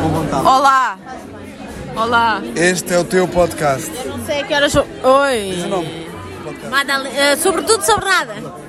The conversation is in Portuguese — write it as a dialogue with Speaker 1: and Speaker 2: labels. Speaker 1: Vou montar.
Speaker 2: Olá! Olá!
Speaker 1: Este é o teu podcast.
Speaker 3: Não sei a que horas. são. Oi!
Speaker 1: Não, podcast.
Speaker 3: Madale... eh, sobretudo sobre nada.